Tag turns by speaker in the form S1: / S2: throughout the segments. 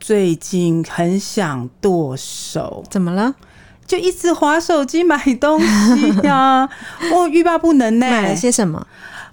S1: 最近很想剁手，
S2: 怎么了？
S1: 就一直划手机买东西呀、 我欲罢不能呢、
S2: 买了些什么？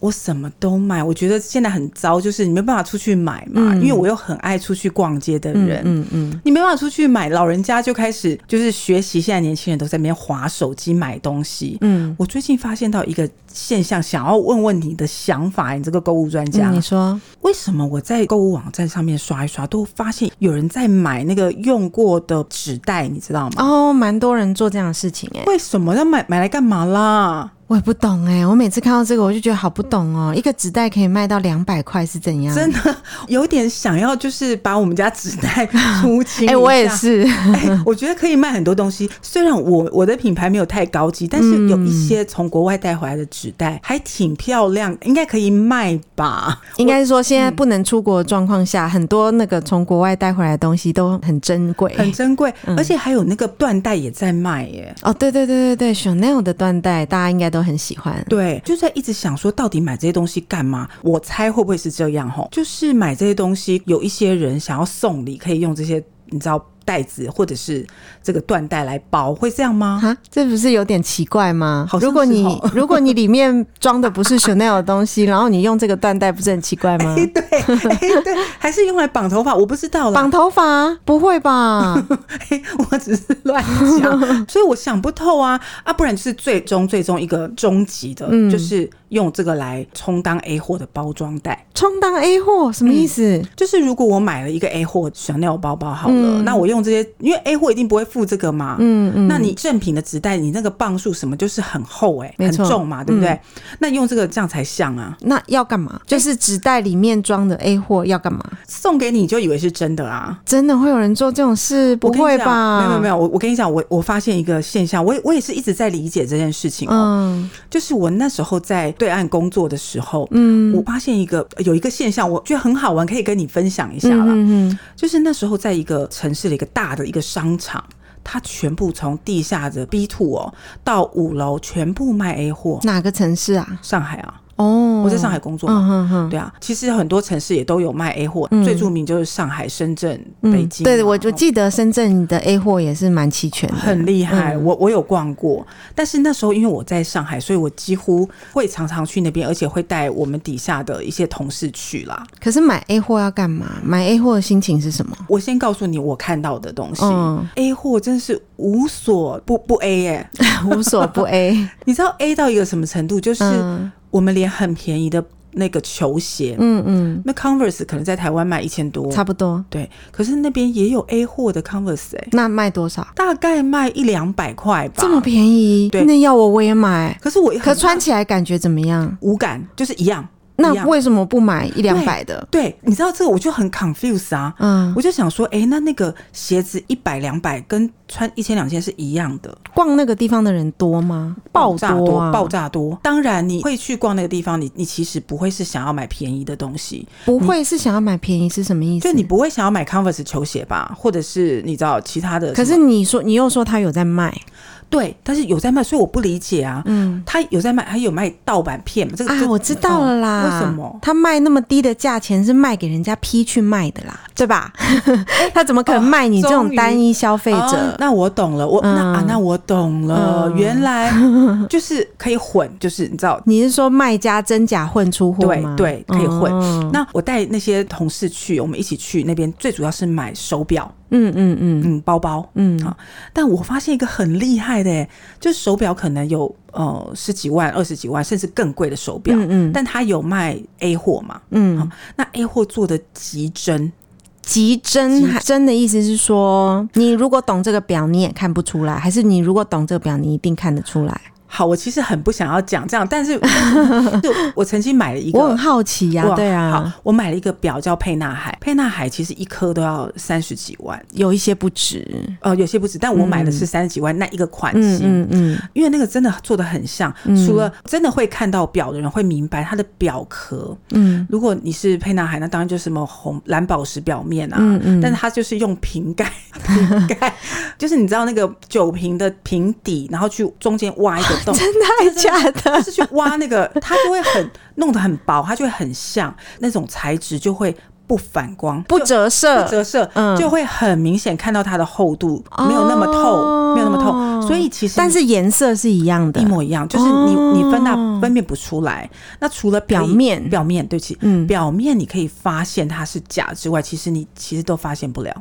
S1: 我什么都买，我觉得现在很糟，就是你没办法出去买嘛，因为我又很爱出去逛街的人。
S2: 嗯嗯，
S1: 你没办法出去买，老人家就开始就是学习，现在年轻人都在那边划手机买东西。
S2: 嗯，
S1: 我最近发现到一个现象，想要问问你的想法，你这个购物专家，
S2: 嗯你说，
S1: 为什么我在购物网站上面刷一刷，都发现有人在买那个用过的纸袋，你知道吗？
S2: 哦，蛮多人做这样的事情哎、
S1: 为什么要买买来干嘛啦？
S2: 我也不懂哎、我每次看到这个我就觉得好不懂哦，一个纸袋可以卖到两百块是怎样？
S1: 真的 有点想要，就是把我们家 纸袋出清。
S2: 哎、我也。 是，
S1: 哎，我觉得可以卖很多东西。虽然我我的品牌没有太高级，但是有
S2: 嗯
S1: 一些从国外带回来的纸袋还挺漂亮，应该可以卖吧？
S2: 应该是说现在不能出国的状况下，很多那个从国外带回来的东西都很珍贵，
S1: 很珍贵，而且还有那个缎带也在卖耶。
S2: 哦，对对对对对，Chanel 的缎带大家应该都很喜欢。
S1: 对，就在一直想说，到底买这些东西干嘛？我猜会不会是这样吼？就是买这些东西，有一些人想要送礼，可以用这些你知道袋子或者是这个缎带来包，会这样吗？
S2: 哈，这不是有点奇怪吗？
S1: 啊好像是
S2: 如果你
S1: 哦
S2: 如果你里面装的不是 Chanel 的东西，然后你用这个缎带，不是很奇怪 吗？
S1: 哎、对，哎、对，还是用来绑头发？我不知道啦
S2: 绑，头发啊不会吧？
S1: 嘿我只是乱讲，所以我想不透啊啊！不然就是最终最终一个终极的，就是用这个来充当 A 货的包装袋。
S2: 充当 A 货什么意思？
S1: 就是如果我买了一个 A 货 Chanel 包包好了，
S2: 嗯
S1: 那我用这些，因为 A 货一定不会附这个嘛。
S2: 嗯嗯，
S1: 那你正品的纸袋，你那个磅数什么就是很厚哎、
S2: 没
S1: 很
S2: 错嗯
S1: 重嘛，对不对？那用这个这样才像啊，
S2: 那要干嘛？就是纸袋里面装的 A 货要干嘛？
S1: 送给你就以为是真的啊。
S2: 真的会有人做这种事？不
S1: 我跟你
S2: 会
S1: 讲
S2: 吧？
S1: 没有没有没有，我我跟你讲，我我发现一个现象，我也我也是一直在理解这件事情哦、
S2: 嗯
S1: 就是我那时候在对岸工作的时候，
S2: 嗯
S1: 我发现一个有一个现象，我觉得很好玩，可以跟你分享一下啦。
S2: 嗯嗯，
S1: 就是那时候在一个城市的一个大的一个商场，它全部从地下的 B two 哦到五楼全部卖 A 货。
S2: 哪个城市啊？
S1: 上海啊，
S2: 哦，
S1: 我在上海工作嘛。
S2: 嗯哼哼，
S1: 对啊，其实很多城市也都有卖 A 货，最著名就是上海、深圳、
S2: 嗯
S1: 北京嘛。
S2: 对，我
S1: 哦
S2: 我记得深圳的 A 货也是蛮齐全的，
S1: 很厉害，
S2: 嗯
S1: 我我有逛过，但是那时候因为我在上海，所以我几乎会常常去那边，而且会带我们底下的一些同事去啦。
S2: 可是买 A 货要干嘛？买 A 货的心情是什么？
S1: 我先告诉你我看到的东西、
S2: 嗯
S1: a 货真是无所不不 A 耶、
S2: 无所不 A。
S1: 你知道 A 到一个什么程度？ 就是
S2: 嗯
S1: 我们连很便宜的那个球鞋，
S2: 嗯嗯，
S1: 那 Converse 可能在台湾卖一千多，
S2: 差不多。
S1: 对，可是那边也有 A 货的 Converse 哎、
S2: 那卖多少？
S1: 大概卖一两百块吧，
S2: 这么便宜
S1: 对？
S2: 那要我我也买。
S1: 可是我
S2: 可穿起来感觉怎么样？
S1: 无感，就是一样。
S2: 那
S1: 一样
S2: 为什么不买一两百的？
S1: 对，你知道这个我就很 confuse 啊，
S2: 嗯，
S1: 我就想说，哎、那那个鞋子一百两百跟穿一千两千是一样的，
S2: 逛那个地方的人多吗？爆
S1: 炸
S2: 多啊！
S1: 爆炸多。当然，你会去逛那个地方，你你其实不会是想要买便宜的东西，
S2: 不会是想要买便宜是什么意思？
S1: 就你不会想要买 Converse 球鞋吧，或者是你知道其他的什么。
S2: 可是你说你又说他有在卖，
S1: 对，但是有在卖，所以我不理解啊。
S2: 嗯
S1: 他有在卖，还有卖盗版片嘛？这个
S2: 啊
S1: 这，
S2: 我知道了啦。
S1: 嗯为什么？
S2: 他卖那么低的价钱是卖给人家批去卖的啦，对 吧？他怎么可能卖你这
S1: 哦终
S2: 种
S1: 于
S2: 单一消费
S1: 哦
S2: 者？
S1: 那我懂了，我、那啊
S2: 嗯，
S1: 那我懂了，
S2: 嗯
S1: 原来就是可以混，就是你知道。
S2: 你是说卖家真假混出货
S1: 对
S2: 吗？
S1: 对，可以混。
S2: 哦
S1: 那我带那些同事去，我们一起去那边，最主要是买手表，
S2: 嗯嗯嗯
S1: 嗯，包包。
S2: 嗯
S1: 好，但我发现一个很厉害的耶，就是手表可能有呃十几万、二十几万，甚至更贵的手表，
S2: 嗯嗯
S1: 但它有卖 A 货嘛？
S2: 嗯，
S1: 那 A 货做的极真，
S2: 极真
S1: 极
S2: 还真的意思是说，你如果懂这个表，你也看不出来；还是你如果懂这个表，你一定看得出来？
S1: 好，我其实很不想要讲这样，但是 就我曾经买了一个，
S2: 我很好奇呀、
S1: 哇
S2: 对啊，
S1: 好，我买了一个表叫沛纳海，沛纳海其实一颗都要三十几万，
S2: 有一些不值。
S1: 呃，有些不止，但我买的是三十几万、那一个款
S2: 嗯
S1: 型。
S2: 嗯嗯，
S1: 因为那个真的做的很像，除了真的会看到表的人会明白它的表壳。嗯，如果你是沛纳海，那当然就是什么红蓝宝石表面啊，
S2: 嗯嗯
S1: 但是它就是用瓶盖， 瓶盖 就是你知道那个酒瓶的瓶底，然后去中间挖一个洞，
S2: 真的还假的？
S1: 就是去挖那个，它就会很弄得很薄，它就会很像那种材质，就会不反光，
S2: 不
S1: 就
S2: 折射，
S1: 不折射，
S2: 嗯
S1: 就会很明显看到它的厚度没有那么透，
S2: 哦
S1: 没有那么透，所以其实
S2: 但是颜色是一样的
S1: 一。模一样，就是你
S2: 哦
S1: 你分那分辨不出来。那除了可以
S2: 表面
S1: 表面，对不起，
S2: 嗯
S1: 表面你可以发现它是假之外，其实你其实都发现不了。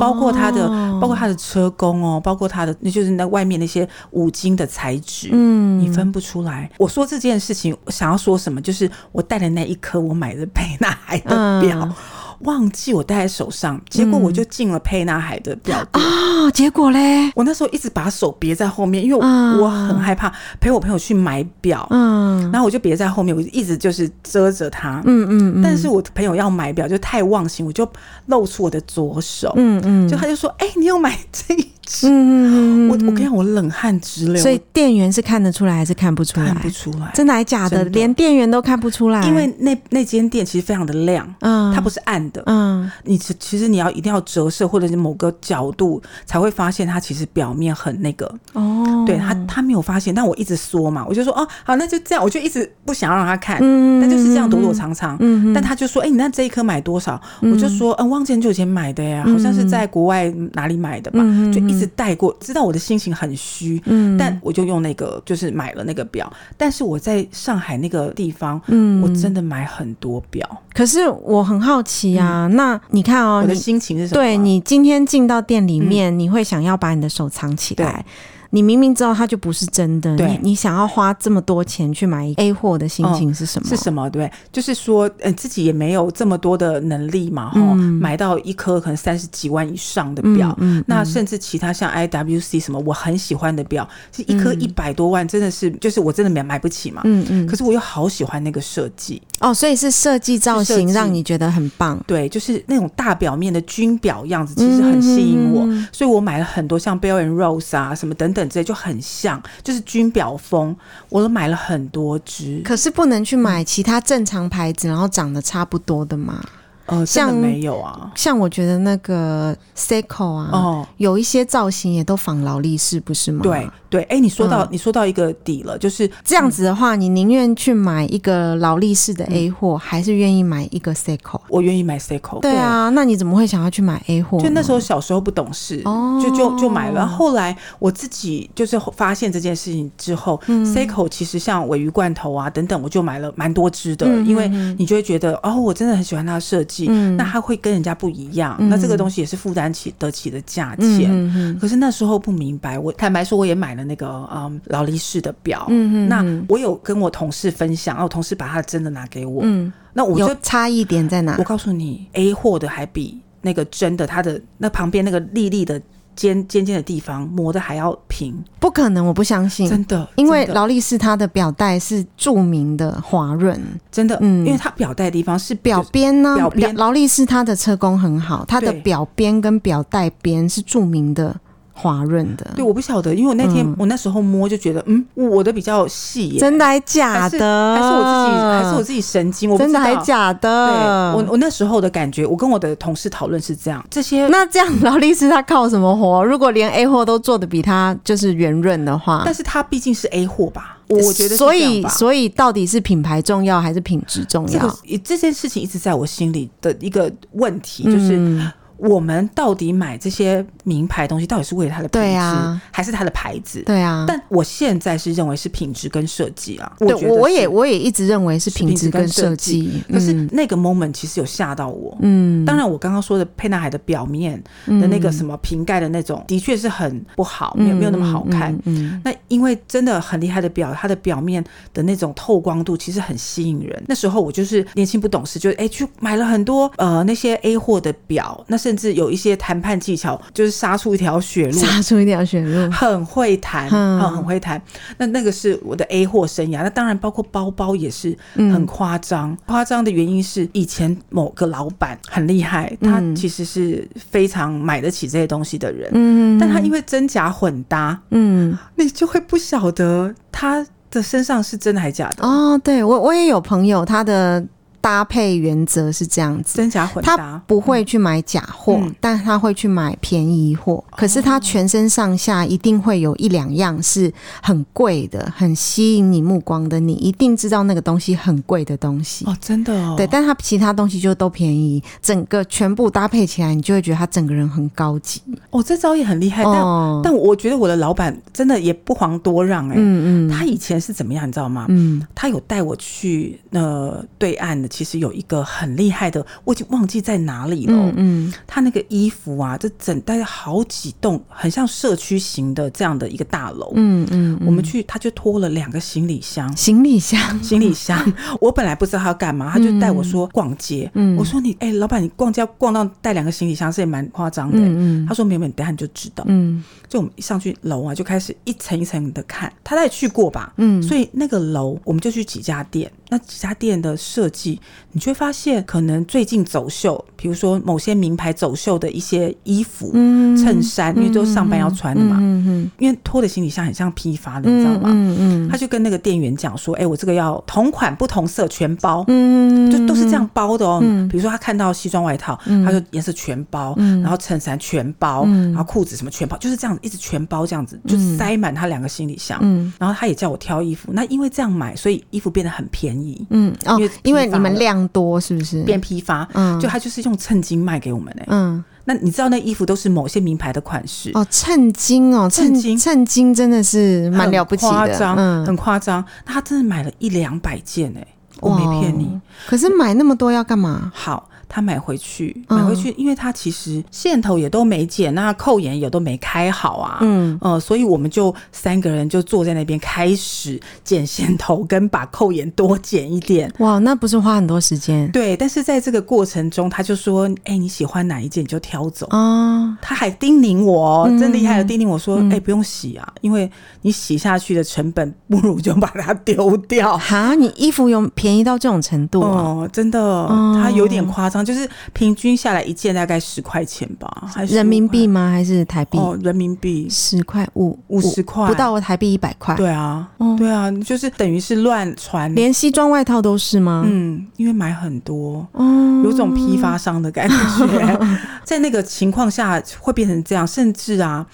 S1: 包括它的，
S2: 哦
S1: 包括它的车工哦，包括它的，那就是那外面那些五金的材质，
S2: 嗯
S1: 你分不出来。我说这件事情，我想要说什么？就是我戴的那一颗我买的沛纳海的表，
S2: 嗯
S1: 忘记我戴在手上，结果我就进了沛纳海的表店。
S2: 哦，结果嘞，
S1: 我那时候一直把手别在后面，因为我,、
S2: 嗯
S1: 我很害怕陪我朋友去买表，
S2: 嗯
S1: 然后我就别在后面，我就一直就是遮着它。
S2: 嗯嗯嗯
S1: 但是我朋友要买表就太忘形，我就露出我的左手，
S2: 嗯嗯，
S1: 就他就说：“哎、你有买这一只？”
S2: 嗯嗯嗯
S1: 我我跟你讲，我冷汗直流，
S2: 所以店员是看得出来还是看不出
S1: 我
S2: 来？
S1: 看不出来，
S2: 真的还假的？
S1: 真的
S2: 连店员都看不出来，
S1: 因为那那间店其实非常的亮，
S2: 嗯，
S1: 它不是暗的。
S2: 嗯
S1: 你其其实你要一定要折射或者是某个角度才会发现它其实表面很那个，
S2: 哦，
S1: 对他，他没有发现，但我一直说嘛，我就说哦，好，那就这样，我就一直不想让他看，
S2: 嗯
S1: 但就是这样躲躲
S2: 嗯
S1: 藏藏。
S2: 嗯
S1: 但他就说，哎、你那这一颗买多少？我就说，嗯，忘记很久以前买的呀，好像是在国外哪里买的吧，
S2: 嗯嗯嗯嗯
S1: 就一直带过。知道我的心情很虚，
S2: 嗯
S1: 但我就用那个，就是买了那个表。但是我在上海那个地方，
S2: 嗯
S1: 我真的买很多表。
S2: 可是我很好奇啊，那你看哦，
S1: 我的
S2: 你
S1: 心情是什么啊？
S2: 对你今天进到店里面，你会想要把你的手藏起来。你明明知道它就不是真的，
S1: 对
S2: 你你想要花这么多钱去买 A 货的心情是什么？
S1: 是什么？对，就是说，呃，自己也没有这么多的能力嘛，哈、买到一颗可能三十几万以上的表，
S2: 嗯嗯嗯
S1: 那甚至其他像 IWC 什么，我很喜欢的表，是一颗一百多万，真的是，就是我真的买买不起嘛。
S2: 嗯嗯，
S1: 可是我又好喜欢那个设计，
S2: 哦，所以是设计造
S1: 是设
S2: 型
S1: 计
S2: 让你觉得很棒，
S1: 对，就是那种大表面的军表样子，其实很吸引我，
S2: 嗯
S1: 所以我买了很多像 Bell and Rose 啊什么等等之类，就很像，就是军表风，我都买了很多只，
S2: 可是不能去买其他正常牌子，然后长得差不多的嘛。
S1: 呃，真的
S2: 像
S1: 没有啊，
S2: 像我觉得那个 Seiko 啊，
S1: 哦。
S2: 有一些造型也都仿劳力士，不是吗？
S1: 对，对，哎、你说到、
S2: 嗯
S1: 你说到一个底了，就是
S2: 这样子的话，你宁愿去买一个劳力士的
S1: 嗯
S2: A 货，还是愿意买一个 Seiko？
S1: 我愿意买 Seiko，
S2: 对。啊，那你怎么会想要去买 A 货呢？
S1: 就那时候小时候不懂事，
S2: 哦
S1: 就就就买了。然后后来我自己就是发现这件事情之后、s
S2: 嗯
S1: e i k o 其实像尾鱼罐头啊等等，我就买了蛮多只的，
S2: 嗯嗯嗯
S1: 因为你就会觉得哦，我真的很喜欢它的设计，那它会跟人家不一样，那这个东西也是负担起得起的价钱。
S2: 嗯嗯
S1: 可是那时候不明白，我坦白说，我也买了那个嗯劳力士的表，
S2: 嗯嗯
S1: 那我有跟我同事分享，然后我同事把他真的拿给我，
S2: 嗯，
S1: 那我就
S2: 有差异点在哪
S1: 我？告诉你，A 货的还比那个真的，它的那旁边那个粒粒的尖尖尖的地方磨的还要平，
S2: 不可能，我不相信。
S1: 真的，
S2: 嗯因为
S1: 真的
S2: 劳力士它的表带是著名的滑润，
S1: 真的，
S2: 嗯
S1: 因为它表带的地方是
S2: 表边呢，
S1: 表边
S2: 劳力士它的车工很好，它的
S1: 对
S2: 表边跟表带边是著名的滑润的。
S1: 对，我不晓得，因为我那天、我那时候摸就觉得，嗯，我的比较细耶，
S2: 嗯真的还假
S1: 还是
S2: 的？
S1: 还是我自己，还是我自己神经，我不
S2: 真
S1: 知
S2: 的
S1: 道
S2: 还。假
S1: 对
S2: 的？
S1: 我，我那时候的感觉，我跟我的同事讨论是这样，这些
S2: 那这样劳力士它靠什么活？如果连 A 货都做的比它就是圆润的话，
S1: 但是它毕竟是 A 货吧，我我觉得是
S2: 所
S1: 这样
S2: 以
S1: 吧
S2: 所啊以到底是品牌重要还是品质重
S1: 这
S2: 要？
S1: 个这件事情一直在我心里的一个问题，
S2: 嗯
S1: 就是、我们到底买这些名牌东西，到底是为了它的品
S2: 对
S1: 质，
S2: 啊
S1: 还是它的牌子？
S2: 对啊，
S1: 但我现在是认为是品质跟设计啊，
S2: 对
S1: 觉
S2: 我
S1: 得
S2: 我
S1: 是
S2: 也。我也一直认为是
S1: 是
S2: 品
S1: 品
S2: 质
S1: 质
S2: 跟
S1: 跟
S2: 设
S1: 设
S2: 计
S1: 计，可是那个 moment 其实有吓到我，
S2: 嗯
S1: 当然我刚刚说的沛纳海的表面的那个什么瓶盖的那种，的确是很不好，没有没有那么好看。
S2: 嗯，
S1: 那因为真的很厉害的表，它的表面的那种透光度其实很吸引人。那时候我就是年轻不懂事，就哎、诶去买了很多呃那些 A 货的表，那甚至有一些谈判技巧，就是杀出一条血路。
S2: 杀出一条血 路。
S1: 很会谈，
S2: 嗯
S1: 很很会谈。那那个是我的 A 货生涯，那当然包括包包也是
S2: 嗯
S1: 很夸张。夸张的原因是以前某个老板很厉害，他其实是非常买得起这些东西的人，
S2: 嗯
S1: 但他因为真假混搭，
S2: 嗯，
S1: 你就会不晓得他的身上是真的还假的，
S2: 哦，对我我也有朋友，他的搭配原则是这样子。
S1: 真假混
S2: 他
S1: 搭。
S2: 不会去买假货，但他会去买便宜货。可是他全身上下一定会有一两样是很贵的，很吸引你目光的，你一定知道那个东西很贵的东西。
S1: 哦，真的哦，
S2: 对，但他其他东西就都便宜，整个全部搭配起来，你就会觉得他整个人很高级。
S1: 哦，这招也很厉害，但
S2: 哦，
S1: 但我觉得我的老板真的也不遑多让哎、
S2: 嗯嗯
S1: 他以前是怎么样，你知道吗？
S2: 嗯，
S1: 他有带我去呃对岸的，其实有一个很厉害的，我已经忘记在哪里了。
S2: 嗯嗯
S1: 他那个衣服啊，这整带了好几栋，很像社区型的这样的一个大楼。
S2: 嗯嗯，，
S1: 我们去，他就拖了两个行李箱
S2: 行李箱，
S1: 行李箱。 我本来不知道他要干嘛，他就带我说逛街。
S2: 嗯
S1: 我说你，哎、老板，你逛街要逛到带两个行李箱，这也蛮夸张的、
S2: 嗯嗯
S1: 他说没有没有，等一下你就知道。
S2: 嗯
S1: 就我们一上去楼啊，就开始一层一层的看。他他也去过吧，
S2: 嗯，
S1: 所以那个楼我们就去几家店。那几家店的设计，你就会发现，可能最近走秀，比如说某些名牌走秀的一些衣服、
S2: 嗯
S1: 衬衫，因为都是上班要穿的嘛。
S2: 嗯嗯
S1: 因为拖的行李箱很像批发的，
S2: 嗯，
S1: 你知道吗？
S2: 嗯嗯
S1: 他就跟那个店员讲说：“哎、我这个要同款不同色全包。
S2: 嗯，
S1: 就都是这样包的哦。比如说他看到西装外套，他就颜色全包，
S2: 嗯
S1: 然后衬衫全包，然后裤子什么全包，就是这样一直全包这样子，就塞满他两个行李箱。
S2: 嗯
S1: 然后他也叫我挑衣服，那因为这样买，所以衣服变得很便宜，
S2: 嗯哦
S1: 因为，
S2: 因为
S1: 批发
S2: 你们
S1: 了
S2: 量多是不是？
S1: 变批发。
S2: 嗯
S1: 就他就是用称斤卖给我们哎、
S2: 嗯
S1: 那你知道那衣服都是某些名牌的款式，
S2: 哦，称斤哦，
S1: 称
S2: 称
S1: 斤
S2: 称斤真的是蛮了不起
S1: 很夸
S2: 的，
S1: 张，
S2: 嗯，
S1: 很夸张。那他真的买了一两百件哎、我没骗你
S2: 哇。。可是买那么多要干嘛？
S1: 好，他买回去，
S2: 嗯
S1: 买回去，因为他其实线头也都没剪，那扣眼也都没开好啊。
S2: 嗯
S1: 呃，所以我们就三个人就坐在那边开始剪线头，跟把扣眼多剪一点。
S2: 哇，那不是花很多时间
S1: 对，但是在这个过程中，他就说：“哎、你喜欢哪一件你就挑走。
S2: 哦，
S1: 他还叮咛我
S2: 嗯
S1: 哦，真厉害的叮咛我说：“哎、不用洗啊，因为你洗下去的成本，不如就把它丢掉。”
S2: 哈，你衣服有便宜到这种程度啊？
S1: 哦，真的，它有点夸张，就是平均下来一件大概十块钱吧，还是15
S2: 人民币
S1: 块
S2: 吗？还是台币？
S1: 哦，人民币
S2: 十块五
S1: 五十块
S2: 不到台币一百块，
S1: 对啊，
S2: 哦
S1: 对啊，就是等于是乱传，
S2: 连西装外套都是吗？
S1: 嗯，因为买很多，
S2: 哦，
S1: 嗯有种批发商的 感觉，在那个情况下会变成这样，甚至啊。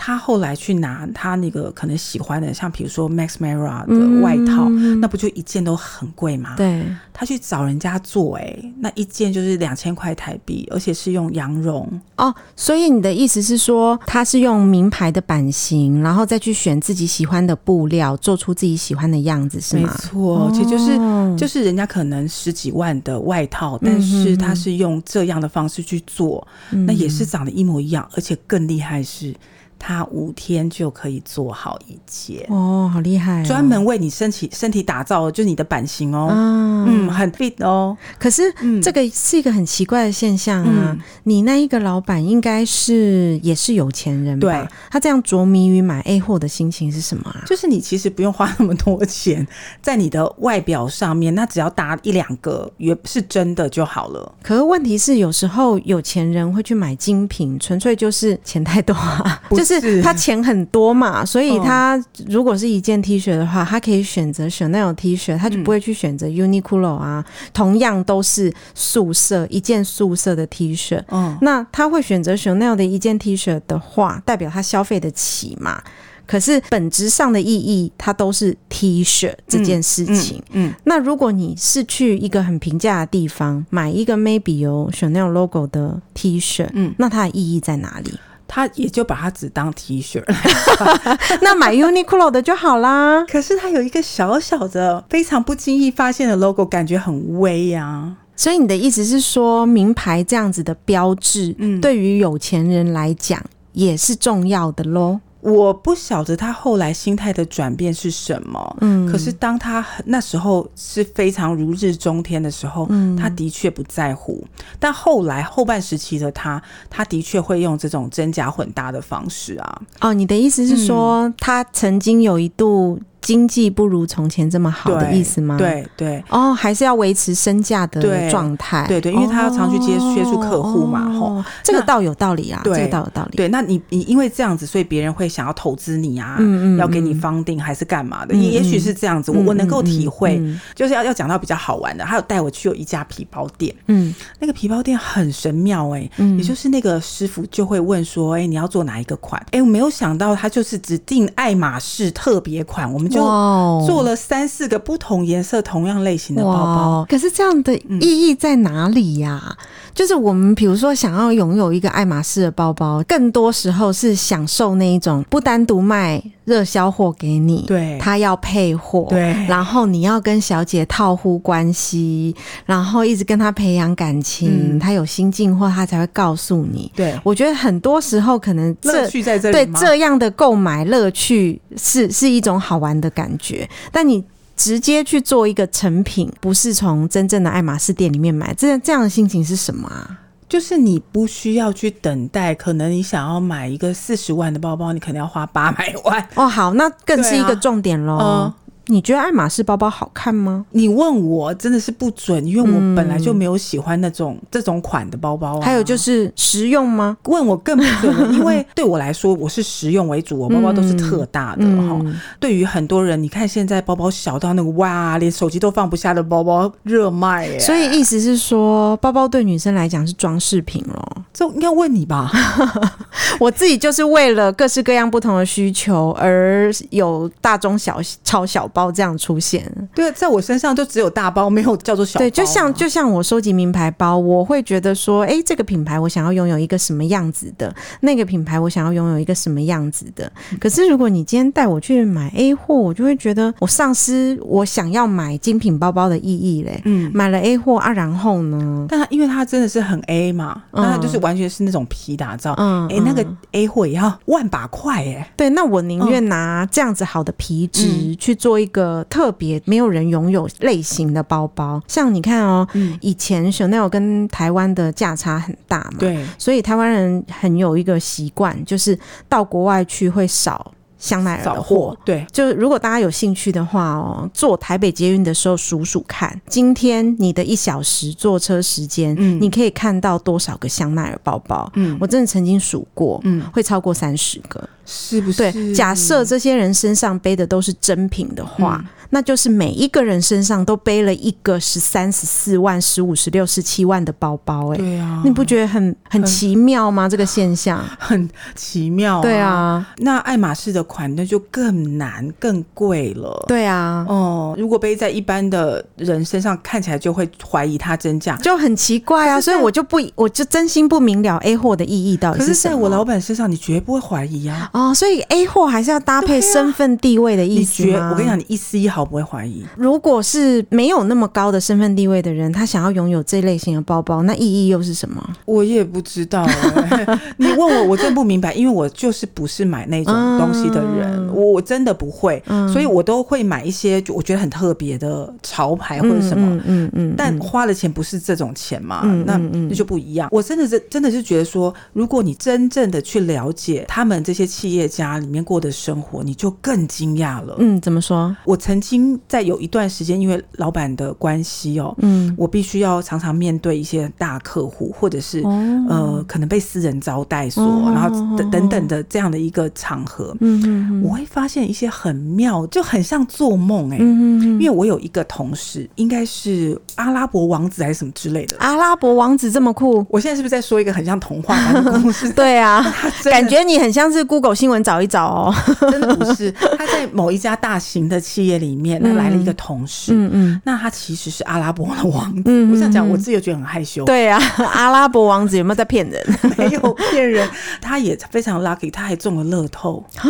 S1: 他后来去拿他那个可能喜欢的，像比如说 Max Mara 的外套，
S2: 嗯
S1: 那不就一件都很贵吗？
S2: 对，
S1: 他去找人家做、哎，那一件就是两千块台币，而且是用羊绒，
S2: 哦，所以你的意思是说，他是用名牌的版型，然后再去选自己喜欢的布料，做出自己喜欢的样子，是
S1: 没
S2: 吗？
S1: 错，其实就是。
S2: 哦
S1: 就是人家可能十几万的外套，但是他是用这样的方式去做，
S2: 嗯
S1: 那也是长得一模一样，而且更厉害是，他五天就可以做好一件，
S2: 哦，好厉害、哦，
S1: 专门为你身体身体打造的，就是你的版型哦，
S2: 啊。
S1: 嗯，很 fit 哦，
S2: 可是
S1: 嗯
S2: 这个是一个很奇怪的现象啊！
S1: 嗯
S2: 你那一个老板应该是也是有钱人吧？
S1: 对，
S2: 他这样着迷于买 A 货的心情是什么啊？
S1: 就是你其实不用花那么多钱在你的外表上面，那只要搭一两个也是真的就好了。
S2: 可是问题是，有时候有钱人会去买精品，纯粹就是钱太多啊，
S1: 不
S2: 就是是他钱很多嘛，所以
S1: 嗯
S2: 他如果是一件 T 恤的话，他可以选择 Chanel T 恤，他就不会去选
S1: 嗯
S2: 择 Uniqlo 啊。同样都是素色，一件素色的 T 恤，
S1: 嗯，
S2: 那他会选择 Chanel 的一件 T 恤的话，代表他消费得起嘛？可是本质上的意义，它都是 T 恤这件事情。
S1: 嗯，
S2: 那如果你是去一个很平价的地方买一个 maybe 有 Chanel logo 的 T 恤，
S1: 嗯
S2: 那它的意义在哪里？
S1: 他也就把它只当 T 恤。
S2: 那买 Uniqlo 的就好啦。
S1: 可是它有一个小小的、非常不经意发现的 logo，感觉很微啊。
S2: 所以你的意思是说，名牌这样子的标志，
S1: 嗯
S2: 对于有钱人来讲也是重要的喽？
S1: 我不晓得他后来心态的转变是什么，嗯，可是当他很那时候是非常如日中天的时候，嗯，他的确不在乎，但后来后半时期的他，他的确会用这种真假混搭的方式啊，
S2: 哦，你的意思是说，
S1: 嗯
S2: 他曾经有一度经济不如从前这么好的
S1: 对
S2: 意思吗？。
S1: 对对
S2: 哦，还是要维持身价的
S1: 对
S2: 状态。
S1: 对对因为他要常去接
S2: 哦
S1: 接触客户嘛吼
S2: 哦这个
S1: 那
S2: 倒有道理啊，这
S1: 对
S2: 个倒有道理。
S1: 对，那你你因为这样子，所以别人会想要投资你啊，
S2: 嗯嗯
S1: 要给你方定还是干嘛的？
S2: 嗯
S1: 也也许是这样子，我我能够体会，
S2: 嗯嗯
S1: 就是要要讲到比较好玩的，还有带我去有一家皮包店，
S2: 嗯
S1: 那个皮包店很神妙哎、也就是那个师傅就会问说，哎、你要做哪一个款？哎、我没有想到他就是指定爱马仕特别款，我们就
S2: 哇哦
S1: 做了三四个不同颜色、同样类型的嗯包包。
S2: 哇，哦可是这样的意义在哪里呀、就是我们比如说想要拥有一个爱马仕的包包，更多时候是享受那一种不单独卖热销货给你，
S1: 对
S2: 它要配货，
S1: 对
S2: 然后你要跟小姐套乎关系，然后一直跟她培养感情，
S1: 嗯
S2: 她有心境或她才会告诉你。
S1: 对，
S2: 我觉得很多时候可能这
S1: 乐趣在这里
S2: 对
S1: 吗
S2: 这样的购买乐趣是是一种好玩的感觉，但你。直接去做一个成品，不是从真正的爱马仕店里面买，这这样的心情是什么啊？
S1: 就是你不需要去等待，可能你想要买一个四十万的包包，你可能要花 八百万。
S2: 哦，好，那更是一个
S1: 对啊
S2: 重点喽。
S1: 嗯
S2: 你觉得爱马仕包包好看吗？
S1: 你问我真的是不准，因为我本来就没有喜欢那种、这种款的包包啊。
S2: 嗯还有就是实用吗？
S1: 问我更不准 了，因为对我来说我是实用为主，我
S2: 嗯
S1: 包包都是特大的哈、对于很多人，你看现在包包小到那个哇，连手机都放不下的包包热卖耶。
S2: 所以意思是说，包包对女生来讲是装饰品咯。
S1: 这应该问你 吧？
S2: 我自己就是为了各式各样不同的需求而有大中小超小包这样出现。
S1: 对，在我身上就只有大包，没有叫做小包啊。
S2: 对，就像就像我收集名牌包，我会觉得说，诶，这个品牌我想要拥有一个什么样子的，那个品牌我想要拥有一个什么样子的。
S1: 嗯
S2: 可是如果你今天带我去买 A 货，我就会觉得我丧失我想要买精品包包的意义嘞。
S1: 嗯，
S2: 买了 A 货啊，然后呢？
S1: 但他因为他真的是很 A 嘛，
S2: 嗯
S1: 那他就是完全是那种皮打造。
S2: 嗯，
S1: 哎、那个
S2: 嗯
S1: A 货也要万把块哎、
S2: 对，那我宁
S1: 嗯
S2: 愿拿这样子好的皮质去做一个特别没有人拥有类型的包包。像你看哦，以前 Chanel 跟台湾的价差很大嘛，
S1: 对，
S2: 所以台湾人很有一个习惯，就是到国外去会少香奈儿
S1: 扫
S2: 的货
S1: 货。，对，
S2: 就是如果大家有兴趣的话哦，坐台北捷运的时候数数看，今天你的一小时坐车时间，
S1: 嗯
S2: 你可以看到多少个香奈儿包包？
S1: 嗯
S2: 我真的曾经数过，
S1: 嗯，
S2: 会超过三十个。
S1: 是不是？
S2: 对，假设这些人身上背的都是真品的话，
S1: 嗯
S2: 那就是每一个人身上都背了一个十三、十四万、十五、十六、十七万的包包、欸，哎、
S1: 对啊，
S2: 你不觉得很很奇妙吗？这个现象，
S1: 很哦奇妙、
S2: 对，啊，
S1: 那爱马仕的款那就更难更贵了。
S2: 对啊，
S1: 哦、如果背在一般的人身上，看起来就会怀疑它真假。
S2: 就很奇怪啊，
S1: 可是
S2: 所以
S1: 在
S2: 我就不，我就真心不明了 A 货的意义到底
S1: 可是，
S2: 什
S1: 在
S2: 么。
S1: 我老板身上，你绝不会怀疑啊！
S2: 哦，所以 A 货还是要搭配
S1: 对啊
S2: 身份地位的意
S1: 你
S2: 思
S1: 绝，
S2: 吗
S1: 我跟你讲，你一丝一毫不会怀疑。
S2: 如果是没有那么高的身份地位的人，他想要拥有这类型的包包，那意义又是什么？
S1: 我也不知道、 欸，你问我，我真不明白，因为我就是不是买那种东西的人，我
S2: 嗯
S1: 我真的不会，所以我都会买一些就我觉得很特别的潮牌或者什么。
S2: 嗯嗯嗯，
S1: 但花的钱不是这种钱嘛，那那就不一样。我真的是真的是觉得说，如果你真正的去了解他们这些企业家里面过的生活，你就更惊讶了。
S2: 嗯，怎么说？
S1: 我曾经在有一段时间，因为老板的关系哦，
S2: 嗯，
S1: 我必须要常常面对一些大客户，或者是、
S2: 嗯
S1: 呃，可能被私人招待所，
S2: 哦
S1: 然后等等等的这样的一个场合，
S2: 嗯嗯
S1: 我会发现一些很妙，就很像做梦哎、
S2: 嗯嗯，
S1: 因为我有一个同事，应该是阿拉伯王子还是什么之类的。
S2: 阿拉伯王子这么酷，
S1: 我现在是不是在说一个很像童话般的故事？
S2: 对啊，
S1: 真的
S2: 感觉你很像是 Google 新闻找一找哦。
S1: 真的不是。他在某一家大型的企业里面，他来了一个同事，
S2: 嗯嗯，
S1: 那他其实是阿拉伯的王子。
S2: 嗯
S1: 我想讲，我自己也觉得很害羞，
S2: 对啊， 阿拉伯王子有没有在骗人？
S1: 没有骗人。他也非常 lucky，他还中了乐透
S2: 啊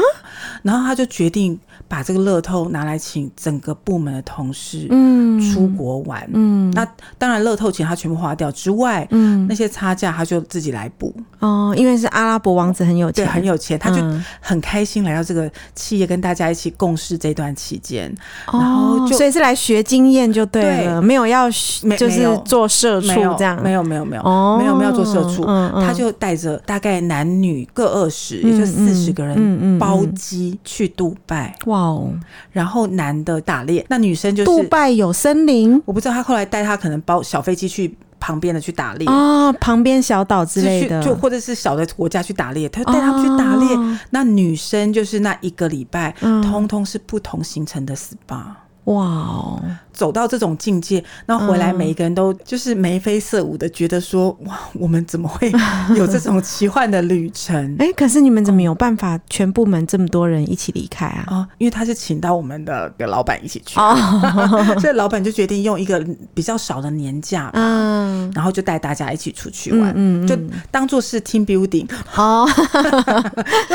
S1: 然后他就决定把这个乐透拿来请整个部门的同事
S2: 嗯
S1: 出国玩。
S2: 嗯
S1: 那当然，乐透钱他全部花掉之外，
S2: 嗯
S1: 那些差价他就自己来补。
S2: 哦，因为是阿拉伯王子很有
S1: 对，
S2: 钱，
S1: 很有钱，他就
S2: 嗯
S1: 很开心来到这个企业跟大家一起共事这段期间，然后就
S2: 哦所以是来学经验就对
S1: 对
S2: 了，没有要学
S1: 没
S2: 就
S1: 没
S2: 是
S1: 有
S2: 做社畜
S1: 没有
S2: 这样，
S1: 没有没有没有、
S2: 哦
S1: 没有没有做社畜，
S2: 嗯嗯
S1: 他就带着大概男女各二十、
S2: 嗯
S1: 也就四十
S2: 嗯
S1: 个
S2: 嗯
S1: 人
S2: 嗯
S1: 包机去杜拜，
S2: 哇哦，
S1: 然后男的打猎，那女生就是
S2: 杜拜有森林
S1: 我不知道他后来带他可能包小飞机去旁边的去打猎。
S2: 哦，旁边小岛之类的，
S1: 就去就或者是小的国家去打猎，他就带他们去打猎。
S2: 哦
S1: 那女生就是那一个礼拜，
S2: 嗯
S1: 通通是不同行程的 SPA。
S2: 哇哦，
S1: 走到这种境界，那回来
S2: 嗯
S1: 每一个人都就是眉飞色舞的，觉得说 哇，我们怎么会有这种奇幻的旅 程？
S2: 哎、可是你们怎么有办法全部门这么多人一起离开啊？
S1: 啊、因为他是请到我们的老板一起去，
S2: 哦，
S1: 所以老板就决定用一个比较少的年假，
S2: 嗯，
S1: 然后就带大家一起出去玩，
S2: 嗯嗯，
S1: 就
S2: 嗯
S1: 当做是 team building。
S2: 哦，
S1: 那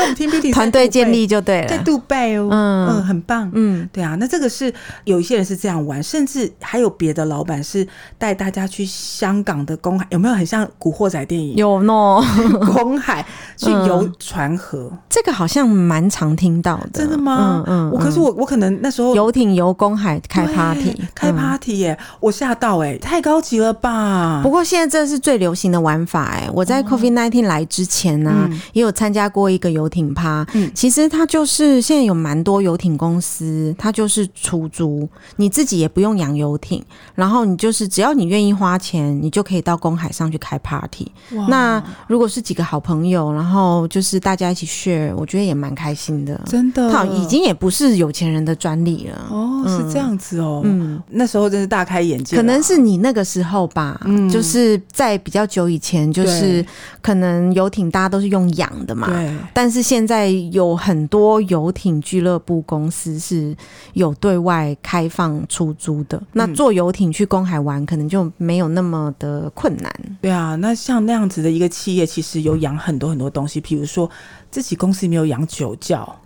S1: 我们 team building 是在
S2: 团队
S1: 杜拜
S2: 建立就对
S1: 在
S2: 了，
S1: 杜拜哦，
S2: 嗯
S1: 嗯很棒。
S2: 嗯，
S1: 对啊，那这个是有一些人是这样玩，甚至还有别的老板是带大家去香港的公海，有没有很像《古惑仔》电影？
S2: 有嗯喏，
S1: 公海去游船河，
S2: 这个好像蛮常听到的，
S1: 真的
S2: 嗯
S1: 吗？
S2: 嗯，
S1: 我可是
S2: 嗯
S1: 我我可能那时候
S2: 游艇游公海开
S1: 对
S2: party，
S1: 开
S2: 嗯
S1: party 耶，我吓到哎，太高级了吧？
S2: 不过现在这是最流行的玩法哎、我在 COVID 1 9来之前呢、
S1: 哦嗯
S2: 也有参加过一个游艇趴。
S1: 嗯
S2: 其实它就是现在有蛮多游艇公司，它就是出租，你自己也不用养游艇，然后你就是只要你愿意花钱，你就可以到公海上去开 party。
S1: 哇
S2: 那如果是几个好朋友，然后就是大家一起 share，我觉得也蛮开心的。
S1: 真的
S2: 它好已经也不是有钱人的专利了。
S1: 哦是这样子哦，
S2: 嗯，
S1: 那时候真是大开眼界啦，
S2: 可能是你那个时候吧，
S1: 嗯
S2: 就是在比较久以前，就是
S1: 对
S2: 可能游艇大家都是用养的嘛。
S1: 对。
S2: 但是现在有很多游艇俱乐部公司是有对外开放出租的，
S1: 嗯
S2: 那坐游艇去公海玩可能就没有那么的困难。
S1: 对啊，那像那样子的一个企业，其实
S2: 嗯
S1: 有养很多很多东西，譬如说自己公司里面有养酒窖，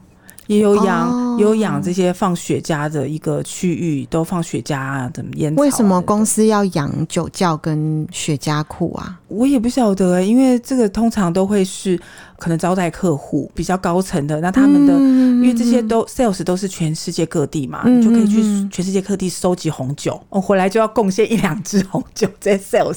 S1: 也有养、
S2: 哦
S1: 也有养这些放雪茄的一个区域，都放雪茄啊，怎么烟草啊
S2: 为什么
S1: 等等
S2: 公司要养酒窖跟雪茄库啊？
S1: 我也不晓得、因为这个通常都会是可能招待客户比较高层的，那他们的。
S2: 嗯
S1: 因为这些都 sales 都是全世界各地嘛，
S2: 嗯
S1: 你就可以去
S2: 嗯嗯
S1: 全世界各地收集红酒，哦，回来就要贡献一两支红酒在
S2: 哎
S1: sales。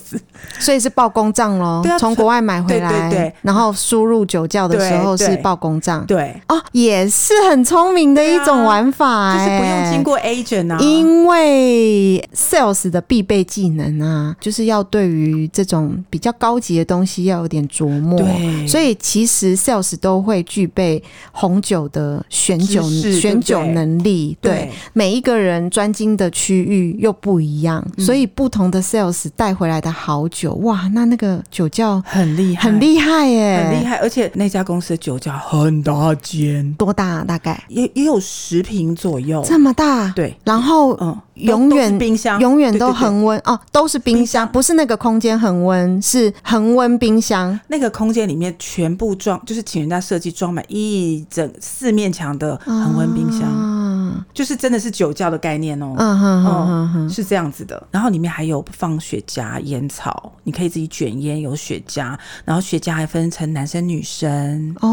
S2: 所以是报公账喽
S1: 对，啊
S2: 从国外买回来，
S1: 对对对
S2: 然后输入酒窖的时候
S1: 对
S2: 是
S1: 对
S2: 报公账，
S1: 对，
S2: 哦，也是很聪明的一种玩法、
S1: 啊就是不用经
S2: 过。
S1: 过 agent 啊，
S2: 因为 sales 的必备技能啊，就是要对于这种比较高级的东西要有点琢磨。
S1: 对
S2: 所以其实 sales 都会具备红酒的选酒
S1: 知识对不对
S2: 选酒能力。
S1: 对
S2: 每一个人专精的区域又不一样，
S1: 嗯
S2: 所以不同的 sales 带回来的好酒，哇，那那个酒窖
S1: 很厉害，
S2: 很厉害耶，
S1: 很厉害，而且那家公司的酒窖很大间，
S2: 多大、啊？大概
S1: 也也有十平左右。
S2: 这么大。
S1: 对，
S2: 然后
S1: 嗯，都
S2: 永
S1: 都是
S2: 远
S1: 冰箱，
S2: 永远都
S1: 对对对
S2: 恒温哦，都是冰
S1: 冰
S2: 箱，
S1: 箱
S2: 不是那个空间恒温，是恒温冰箱。
S1: 那个空间里面全部装，就是请人家设计装满一整四面墙的恒温冰箱，
S2: 啊，
S1: 就是真的是酒窖的概念哦。
S2: 嗯哼哼
S1: 嗯哦
S2: 哼哼，
S1: 是这样子的，然后里面还有放雪茄、烟草，你可以自己卷烟，有雪茄，然后雪茄还分成男生女生，
S2: 哦，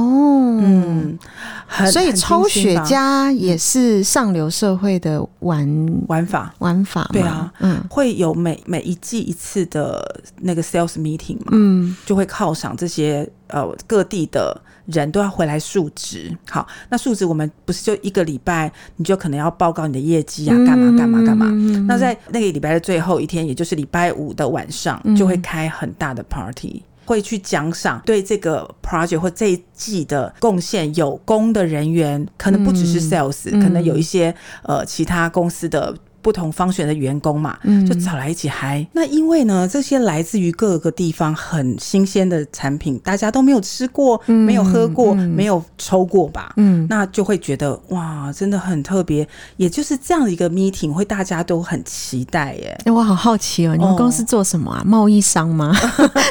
S2: 嗯，
S1: 嗯，很
S2: 所以
S1: 很
S2: 抽
S1: 精心
S2: 雪
S1: 吧
S2: 茄也是上流社会的玩
S1: 玩法，
S2: 玩法嘛，
S1: 嗯对啊
S2: 嗯
S1: 会有每每一季一次的那个 sales meeting 嘛，
S2: 嗯，
S1: 就会犒赏这些呃各地的人都要回来述职。好，那述职我们不是就一个礼拜，你就可能要报告你的业绩啊，干嘛干嘛干嘛。
S2: 嗯
S1: 那在那个礼拜的最后一天，也就是礼拜五的晚上
S2: 嗯，
S1: 就会开很大的 party。会去奖赏对这个 project 或这一季的贡献有功的人员，可能不只是
S2: 嗯
S1: sales，、
S2: 嗯
S1: 可能有一些呃其他公司的不同方选的员工嘛，
S2: 嗯
S1: 就找来一起嗨。那因为呢，这些来自于各个地方很新鲜的产品，大家都没有吃过，
S2: 嗯
S1: 没有喝过，
S2: 嗯
S1: 没有抽过吧？
S2: 嗯
S1: 那就会觉得哇，真的很特别。也就是这样的一个 meeting，会大家都很期待 耶。
S2: 哎，我好好奇哦，你们
S1: 哦
S2: 公司做什么啊？贸易商 吗？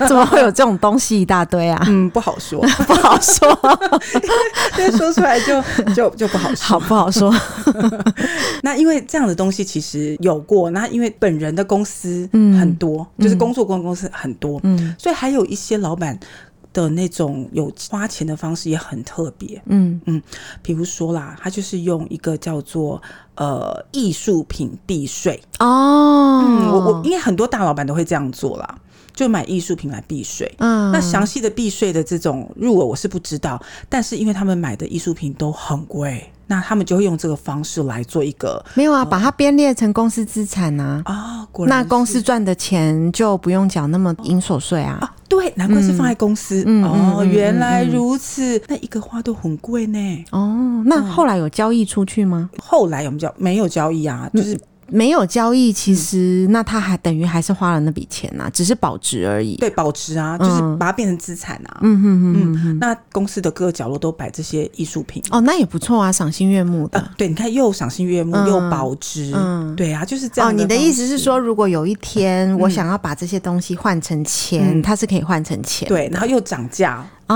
S2: 怎么会有这种东西一大堆啊？
S1: 嗯，不 好说，
S2: 不好说，
S1: 但说出来就就就 不好说。
S2: 好不好说？
S1: 那因为这样的东西其实有过，那因为本人的公司
S2: 嗯
S1: 很多，就是工作过的公司很多，
S2: 嗯
S1: 所以还有一些老板的那种有花钱的方式也很特别。
S2: 嗯
S1: 比如说啦，它就是用一个叫做呃艺术品避税。
S2: 哦，
S1: 嗯，我我因为很多大老板都会这样做啦，就买艺术品来避税。
S2: 嗯
S1: 那详细的避税的这种入额我是不知道，但是因为他们买的艺术品都很贵，那他们就会用这个方式来做一个
S2: 没有啊，把它编列成公司资产啊，
S1: 啊、果然
S2: 那
S1: 是
S2: 公司赚的钱就不用缴那么营所税啊。
S1: 啊，对，难怪是放在公司、
S2: 嗯嗯
S1: 哦，
S2: 嗯嗯
S1: 原来如此，那一个花都很贵呢。
S2: 哦，那
S1: 嗯
S2: 后来有交易出去吗？
S1: 后来我们交没有交易啊，
S2: 嗯
S1: 就是
S2: 没有交易，其
S1: 嗯
S2: 实那他还等于还是花了那笔钱呐、只是保值而已。
S1: 对保值啊，就是
S2: 嗯
S1: 把它变成资产啊。
S2: 嗯哼哼哼哼。
S1: 嗯，那公司的各个角落都摆这些艺术品。
S2: 哦，那也不错啊，赏心悦目的。
S1: 啊，对，你看又赏心悦目、
S2: 嗯
S1: 又保值，
S2: 嗯
S1: 对啊，就是这样
S2: 哦，你的
S1: 方
S2: 意思是
S1: 式
S2: 说，如果有一天我想要把这些东西换成钱，
S1: 嗯
S2: 它是可以换成钱。
S1: 对，然后又涨价，
S2: 哦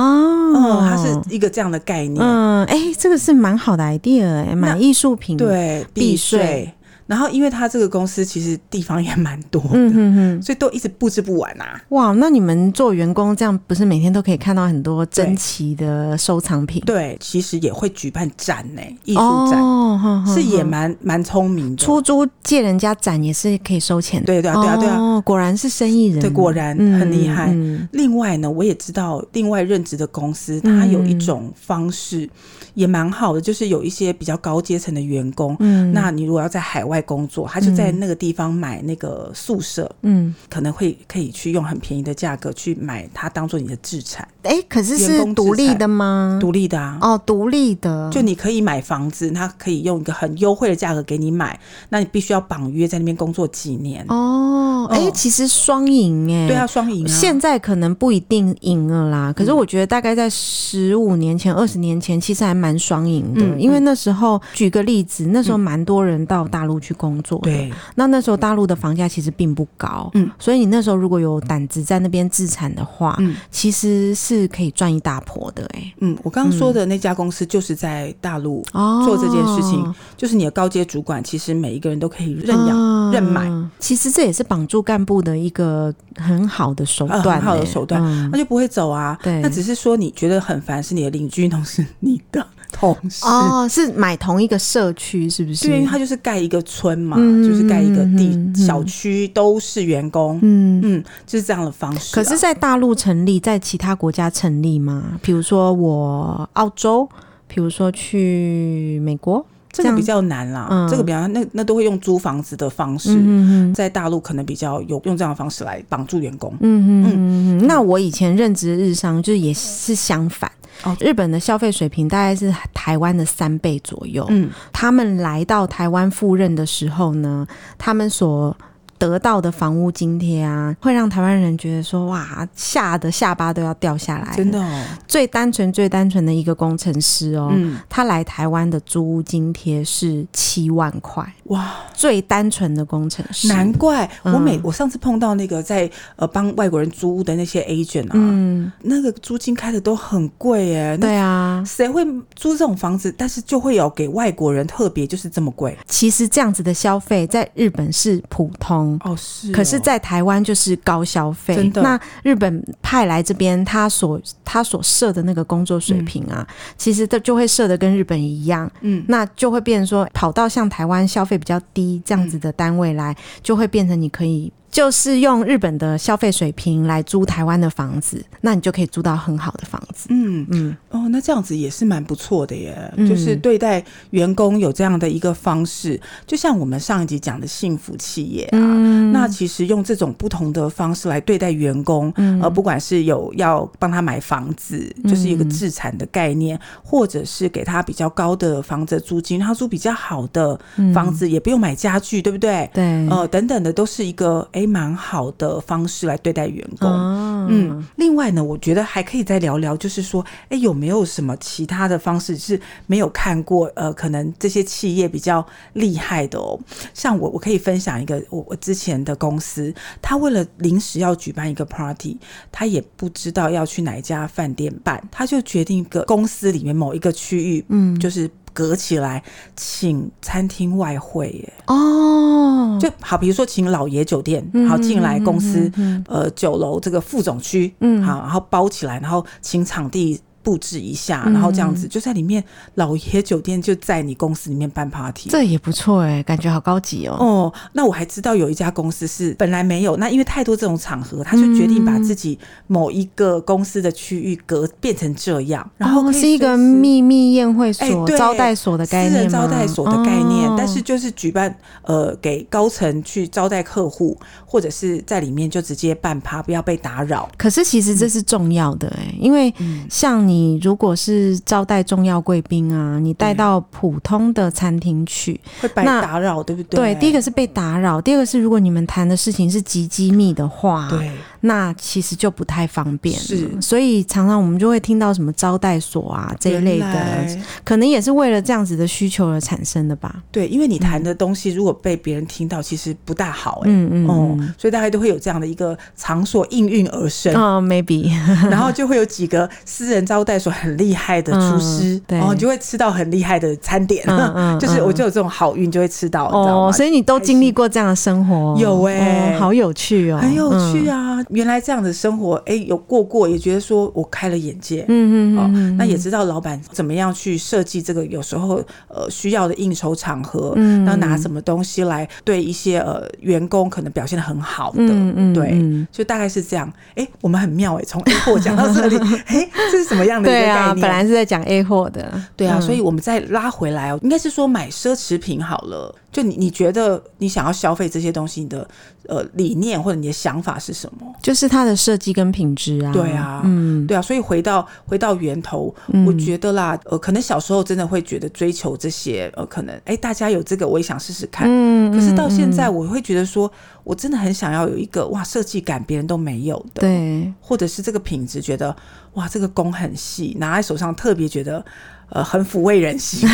S1: 嗯，，它是一个这样的概念，
S2: 嗯，哎、这个是蛮好的 idea 哎、买艺术品。，
S1: 对，
S2: 避
S1: 避
S2: 税
S1: 税。然后，因为它这个公司其实地方也蛮多的，
S2: 嗯哼哼。
S1: 所以都一直布置不完啊。
S2: 哇，那你们做员工这样，不是每天都可以看到很多珍奇的收藏品？
S1: 对，其实也会举办展呢、艺术展、
S2: 哦、哼哼
S1: 是也
S2: 哼
S1: 蛮蛮聪明的。
S2: 出租借人家展也是可以收钱的。
S1: 对对啊对啊对啊
S2: 哦，果然是生意人，
S1: 对果然很厉害
S2: 嗯
S1: 另外呢，我也知道，另外任职的公司，它有一种方式、也蛮好的，就是有一些比较高阶层的员工，
S2: 嗯
S1: 那你如果要在海外工作，他就在那个地方买那个宿舍，
S2: 嗯，
S1: 可能会可以去用很便宜的价格去买它当做你的资产，
S2: 哎、可是
S1: 员
S2: 是
S1: 工制裁
S2: 独立的吗？
S1: 独立的啊。
S2: 哦，独立的，
S1: 就你可以买房子，它可以用一个很优惠的价格给你买，那你必须要绑约在那边工作几年。
S2: 哦，哎、
S1: 哦
S2: 其实双赢哎，
S1: 对啊，双赢啊。嗯
S2: 现在可能不一定赢了啦，可是我觉得大概在十五年前、二十年前，其实还蛮双赢的、
S1: 嗯
S2: 因为那时候，举个例子，那时候蛮多人到大陆去工作的、
S1: 对，
S2: 那那时候大陆的房价其实并不高，
S1: 嗯
S2: 所以你那时候如果有胆子在那边自产的话，
S1: 嗯
S2: 其实是可以赚一大波的、欸，
S1: 嗯，我刚刚说的那家公司就是在大陆
S2: 哎，哦
S1: 做这件事情，就是你的高阶主管，其实每一个人都可以认养。
S2: 啊
S1: 认买，
S2: 其实这也是绑住干部的一个很好的手段、欸
S1: 啊很好的手段
S2: 嗯
S1: 那就不会走啊，
S2: 对
S1: 那只是说你觉得很烦，是你的邻居，同时你的同事，
S2: 哦，是买同一个社区，是不是？
S1: 对，因为它就是盖一个村嘛，
S2: 嗯
S1: 就是盖一个地、
S2: 嗯嗯嗯
S1: 小区，都是员工，
S2: 嗯，
S1: 嗯，就是这样的方式
S2: 可
S1: 啊、
S2: 是，在大陆成立，在其他国家成立吗？比如说我澳洲，比如说去美国，这
S1: 这个
S2: 样
S1: 比较难啦，
S2: 嗯
S1: 这个比较那那都会用租房子的方式，
S2: 嗯嗯
S1: 在大陆可能比较有用这样的方式来绑住员工。
S2: 嗯嗯嗯。那我以前任职日商，就是也是相反。
S1: 哦
S2: 日本的消费水平大概是台湾的三倍左右。
S1: 嗯，
S2: 他们来到台湾赴任的时候呢，他们所得到的房屋津贴啊，会让台湾人觉得说哇，吓得下巴都要掉下来了。
S1: 真的、哦，
S2: 最单纯、最单纯的一个工程师哦，
S1: 嗯，
S2: 他来台湾的租屋津贴是七万块，
S1: 哇，
S2: 最单纯的工程师。
S1: 难怪
S2: 嗯
S1: 我每、我上次碰到那个在呃帮外国人租屋的那些 agent 啊，
S2: 嗯，
S1: 那个租金开的都很贵耶，那
S2: 对啊，
S1: 谁会租这种房子？但是就会有给外国人特别就是这么贵
S2: 其实这样子的消费在日本是普通。
S1: 哦，是
S2: 可是，在台湾就是高消费
S1: 真。的
S2: 那日本派来这边，他所他所设的那个工作水平啊，其实都就会设的跟日本一样，
S1: 嗯，
S2: 那就会变成说，跑到像台湾消费比较低这样子的单位
S1: 嗯
S2: 来，就会变成你可以就是用日本的消费水平来租台湾的房子，那你就可以租到很好的房子。
S1: 嗯
S2: 嗯
S1: 嗯哦，那这样子也是蛮不错的耶，
S2: 嗯
S1: 就是对待员工有这样的一个方式，就像我们上一集讲的幸福企业啊，
S2: 嗯
S1: 那其实用这种不同的方式来对待员工，
S2: 嗯
S1: 呃，不管是有要帮他买房子，就是一个
S2: 嗯
S1: 自产的概念，或者是给他比较高的房子租金，让他租比较好的
S2: 嗯
S1: 房子，也不用买家具，对不对？
S2: 对，
S1: 呃，等等的，都是一个诶蛮好的方式来对待员工。
S2: 哦，
S1: 嗯，另外呢，我觉得还可以再聊聊，就是说，哎，有没有什么其他的方式是没有看过？呃，可能这些企业比较厉害的哦。像我，我可以分享一个，我我之前的公司，他为了临时要举办一个 party，他也不知道要去哪一家饭店办，他就决定一个公司里面某一个区域，
S2: 嗯
S1: 就是隔起来，请餐厅外汇耶。
S2: 哦，
S1: 就好，比如说请老爷酒店，好进来公
S2: 嗯
S1: 司，呃，酒楼这个副总区，嗯，好，然后包起来，然后请场地布置一下，然后这
S2: 嗯
S1: 样子就在里面，老爷酒店就在你公司里面办 party。
S2: 这也不错哎、感觉好高级哦。
S1: 哦，那我还知道有一家公司是本来没有，那因为太多这种场合，他就决定
S2: 嗯
S1: 把自己某一个公司的区域隔变成这样，然后可
S2: 哦
S1: 以
S2: 是一个
S1: 随时
S2: 秘密宴会所、
S1: 哎对
S2: 招待所的概
S1: 私
S2: 念
S1: 人
S2: 吗，
S1: 招待所的概念，
S2: 哦
S1: 但是就是举办呃给高层去招待客户，或者是在里面就直接办趴，不要被打扰。
S2: 可是其实这是重要的哎、因为
S1: 嗯
S2: 像你如果是招待重要贵宾啊，你带到普通的餐厅去，
S1: 会被
S2: 那
S1: 打扰，对不对？
S2: 对，第一个是被打扰，第二个是如果你们谈的事情是极机密的话，
S1: 对，
S2: 那其实就不太方便了。
S1: 是
S2: 所以常常我们就会听到什么招待所啊这一类
S1: 原
S2: 的，
S1: 来
S2: 可能也是为了这样子的需求而产生的吧。
S1: 对，因为你谈的东西如果被别人听到，其实不大好哎、
S2: 嗯嗯
S1: 哦
S2: 嗯，
S1: 所以大家都会有这样的一个场所应运而生，
S2: 啊、m a y b e
S1: 然后就会有几个私人招待所很厉害的厨师，哦
S2: 嗯对
S1: 然后你就会吃到很厉害的餐点，
S2: 嗯嗯
S1: 就是我就有这种好运，就会吃到，你知道
S2: 哦，
S1: 吗？
S2: 所以你都经历过这样的生活哦，
S1: 有欸
S2: 哦好有趣哦，
S1: 很有趣
S2: 啊，
S1: 啊！原来这样的生活，哎、有过过，也觉得说我开了眼界。
S2: 嗯嗯
S1: 哦
S2: 嗯嗯，，
S1: 那也知道老板怎么样去设计这个有时候呃需要的应酬场合，
S2: 嗯
S1: 然后拿什么东西来对一些呃员工可能表现的很好的，
S2: 嗯嗯
S1: 对，
S2: 嗯
S1: 就大概是这样。哎、我们很妙哎、从 A 货讲到 这里，哎、这是什么样的一个
S2: 对
S1: 概念？
S2: 啊，本来是在讲 A 货的，
S1: 对啊，
S2: 嗯
S1: 所以我们再拉回来哦，应该是说买奢侈品好了。就你你觉得你想要消费这些东西，你的呃理念或者你的想法是什么？
S2: 就是它的设计跟品质啊，
S1: 对啊，
S2: 嗯，
S1: 对啊，所以回到回到源头，我觉得啦，呃，可能小时候真的会觉得追求这些，呃，可能哎、大家有这个我也想试试看，
S2: 嗯，
S1: 可是到现
S2: 嗯
S1: 在我会觉得说，我真的很想要有一个哇设计感别人都没有的，
S2: 对，
S1: 或者是这个品质，觉得哇这个工很细，拿在手上特别觉得呃很抚慰人心，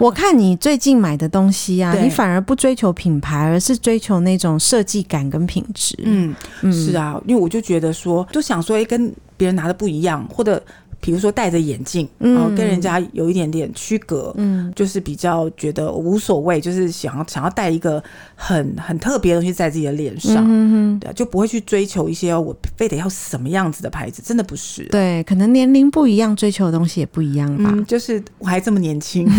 S2: 我看你最近买的东西啊，
S1: 对
S2: 你反而不追求品牌，而是追求那种设计感跟品质，
S1: 嗯，是啊，因为我就觉得说，就想说，哎、跟别人拿的不一样，或者比如说戴着眼镜，然后跟人家有一点点区隔，嗯，就是比较觉得无所谓，就是想要想要戴一个很很特别的东西在自己的脸上，嗯对啊，就不会去追求一些哦我非得要什么样子的牌子，真的不是。
S2: 对，可能年龄不一样，追求的东西也不一样吧，
S1: 嗯，就是我还这么年 轻，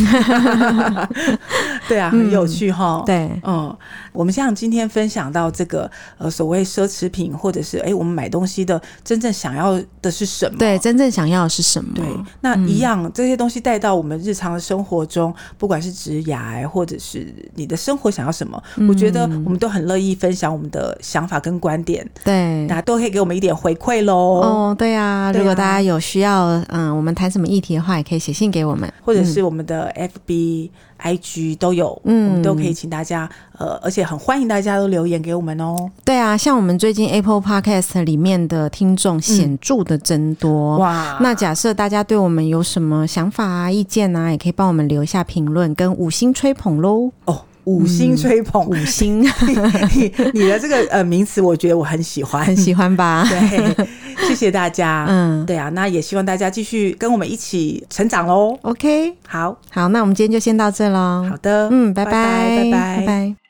S1: 对啊，很有趣哈、
S2: 对。
S1: 嗯，我们像今天分享到这个呃所谓奢侈品，或者是哎、诶我们买东西的真正想要的是什么？
S2: 对，真正想要的是什么？
S1: 哦对，那一样、这些东西带到我们日常的生活中，不管是职涯或者是你的生活想要什么，
S2: 嗯
S1: 我觉得我们都很乐意分享我们的想法跟观点，
S2: 对
S1: 大，家都可以给我们一点回馈喽。
S2: 哦，对呀、
S1: 对
S2: 如果
S1: 啊
S2: 大家有需要，嗯，我们谈什么议题的话，也可以写信给我们。
S1: 或者是我们的 FB、IG 都有，
S2: 嗯
S1: 我们都可以请大家，呃，而且很欢迎大家都留言给我们哦。
S2: 对啊，像我们最近 Apple Podcast 里面的听众显著的增多。
S1: 哇
S2: 哦那假设大家对我们有什么想法啊、意见啊，也可以帮我们留一下评论跟五星吹捧喽。
S1: 哦，五星
S2: 嗯
S1: 吹捧，
S2: 五星
S1: 你你的这个呃名词，我觉得我很喜欢
S2: 很。喜欢吧？
S1: 对，谢谢大家。
S2: 嗯
S1: 对啊，那也希望大家继续跟我们一起成长喽。
S2: ，OK，
S1: 好，
S2: 好，那我们今天就先到这喽。
S1: 好的，
S2: 嗯，拜
S1: 拜拜
S2: 拜
S1: 拜
S2: 拜拜。